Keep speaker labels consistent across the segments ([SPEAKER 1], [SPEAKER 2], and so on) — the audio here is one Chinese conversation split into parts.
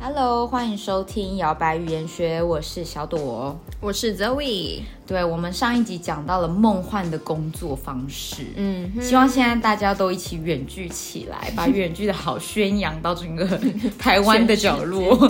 [SPEAKER 1] Hello，欢迎收听《摇摆语言学》，我是小朵。
[SPEAKER 2] 我是 Zoe，
[SPEAKER 1] 对我们上一集讲到了梦幻的工作方式，
[SPEAKER 2] 嗯哼，
[SPEAKER 1] 希望现在大家都一起远距起来，把远距的好宣扬到整 个台湾的角落。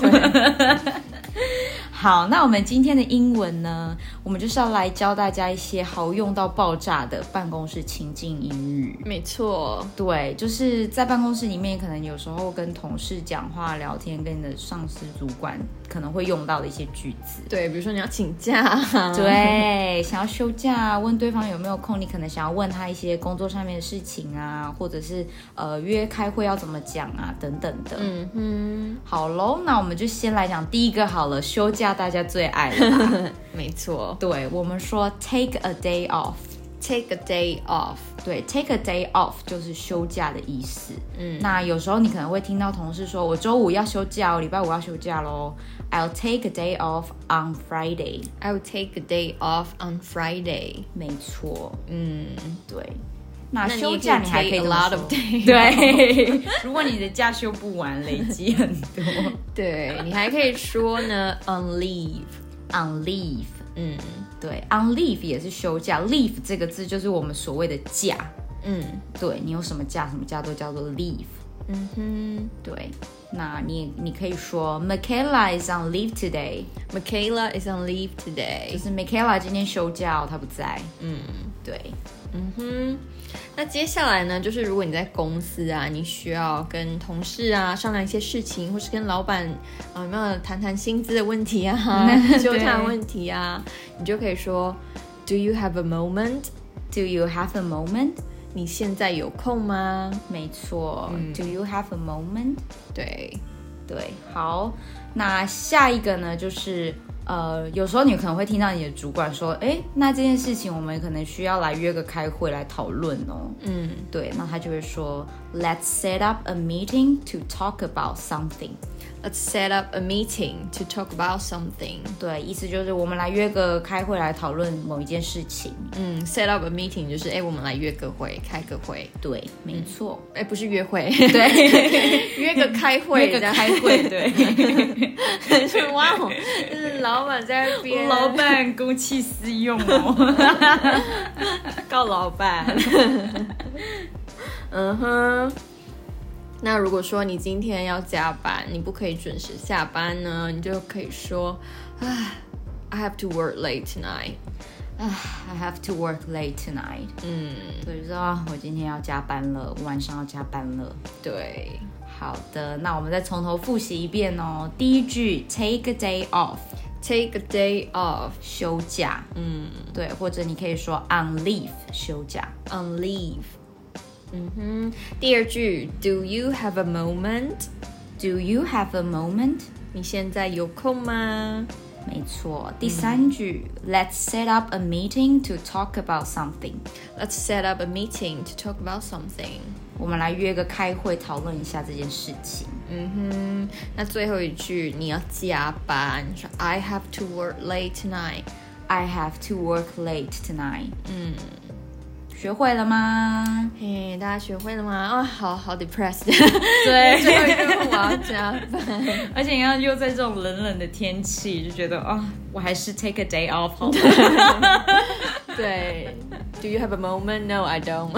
[SPEAKER 1] 好，那我们今天的英文呢，我们就是要来教大家一些好用到爆炸的办公室情境英语。
[SPEAKER 2] 没错，
[SPEAKER 1] 对，就是在办公室里面，可能有时候跟同事讲话、聊天，跟你的上司、主管可能会用到的一些句子。
[SPEAKER 2] 对，比如说你要请假，
[SPEAKER 1] 对，想要休假，啊问对方有没有空，你可能想要问他一些工作上面的事情啊，或者是呃约开会要怎么讲啊，等等的。
[SPEAKER 2] 嗯哼，
[SPEAKER 1] 好喽，那我们就先来讲第一个好了，休假大家最爱了吧。
[SPEAKER 2] 没错
[SPEAKER 1] 对，我们说 take a day off，
[SPEAKER 2] ，take a day off，
[SPEAKER 1] 对，take a day off 就是休假的意思。
[SPEAKER 2] 嗯
[SPEAKER 1] 那有时候你可能会听到同事说，我周五要休假哦，我礼拜五要休假喽。I'll take a day off on Friday。
[SPEAKER 2] ，I will take a day off on Friday，
[SPEAKER 1] 没错，
[SPEAKER 2] 嗯，
[SPEAKER 1] 对。那
[SPEAKER 2] 那你
[SPEAKER 1] 休
[SPEAKER 2] 也
[SPEAKER 1] 假
[SPEAKER 2] 可以
[SPEAKER 1] 你还
[SPEAKER 2] take
[SPEAKER 1] 可以
[SPEAKER 2] a
[SPEAKER 1] 这么
[SPEAKER 2] lot
[SPEAKER 1] 说
[SPEAKER 2] of day
[SPEAKER 1] 对，如果你的假休不完，累积很多。
[SPEAKER 2] 对你还可以说呢 on leave，
[SPEAKER 1] On leave，
[SPEAKER 2] 嗯
[SPEAKER 1] 对，on leave 也是休假，leave 这个字就是我们所谓的假。
[SPEAKER 2] 嗯
[SPEAKER 1] 对你有什么假，什么假都叫做 leave。
[SPEAKER 2] 嗯哼
[SPEAKER 1] 对，那你你可以说 Michaela is on leave today，
[SPEAKER 2] ，Michaela is on leave
[SPEAKER 1] 就
[SPEAKER 2] today，
[SPEAKER 1] 是 Michaela 今天休假哦，她不在。嗯，对，
[SPEAKER 2] 嗯哼。那接下来呢，就是如果你在公司啊，你需要跟同事啊商量一些事情，或是跟老板啊、有没有谈谈薪资的问题啊、 纠缠问题啊，你就可以说，Do you have a moment？
[SPEAKER 1] Do you have a moment？
[SPEAKER 2] 你现在有空吗？
[SPEAKER 1] 没错、d o you have a moment？
[SPEAKER 2] 对，
[SPEAKER 1] 对，好，那下一个呢，就是呃，有时候你可能会听到你的主管说，哎，那这件事情我们可能需要来约个开会来讨论哦。
[SPEAKER 2] 嗯，
[SPEAKER 1] 对，那他就会说，Let's set up a meeting to talk about something。
[SPEAKER 2] Let's set up a meeting to talk about something.
[SPEAKER 1] 对，意思就是我们来约个开会来讨论某一件事情。
[SPEAKER 2] 嗯，set up a meeting 就是哎、我们来约个会，开个会。
[SPEAKER 1] 对，没错，
[SPEAKER 2] 哎、不是约会，
[SPEAKER 1] 对，
[SPEAKER 2] 约个开会，
[SPEAKER 1] 约个开会，对，
[SPEAKER 2] 就是 哇哦，就是老板在那边，
[SPEAKER 1] 板公器私用 哦，告老板。
[SPEAKER 2] 嗯哼。那如果说你今天要加班，你不可以准时下班呢，你就可以说，唉，I have to work late tonight。
[SPEAKER 1] Ah, I have to work late tonight。
[SPEAKER 2] 嗯，
[SPEAKER 1] 对，就是啊，我今天要加班了，我晚上要加班了。
[SPEAKER 2] 对，
[SPEAKER 1] 好的，那我们再从头复习一遍哦。第一句，take a day off，
[SPEAKER 2] take a day off，
[SPEAKER 1] 休假。
[SPEAKER 2] 嗯
[SPEAKER 1] 对，或者你可以说 on leave，休假。
[SPEAKER 2] ，on leave。嗯哼，第二句，Do you have a moment？
[SPEAKER 1] Do you have a moment？
[SPEAKER 2] 你现在有空吗？
[SPEAKER 1] 没错，第三句、l e t s set up a meeting to talk about something。
[SPEAKER 2] Let's set up a meeting to talk about something。
[SPEAKER 1] 我们来约个开会，讨论一下这件事情。
[SPEAKER 2] 嗯哼，Mm-hmm. 那最后一句你要加班，你说 I have to work late tonight。
[SPEAKER 1] I have to work late tonight。
[SPEAKER 2] 嗯，
[SPEAKER 1] 学会了吗？
[SPEAKER 2] 嘿，大家学会了吗？啊、好好 depressed。最后一
[SPEAKER 1] 对，
[SPEAKER 2] 句我要加班。
[SPEAKER 1] 而且你看，又在这种冷冷的天气，就觉得啊、我还是 take a day off 好 了。
[SPEAKER 2] 对，Do you have a moment? No, I don't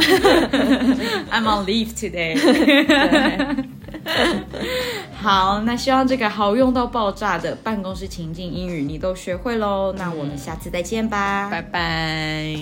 [SPEAKER 1] I'm on leave today 好，那希望这个好用到爆炸的办公嗯室情境英语你都学会喽。那我们下次再见吧，
[SPEAKER 2] 拜拜。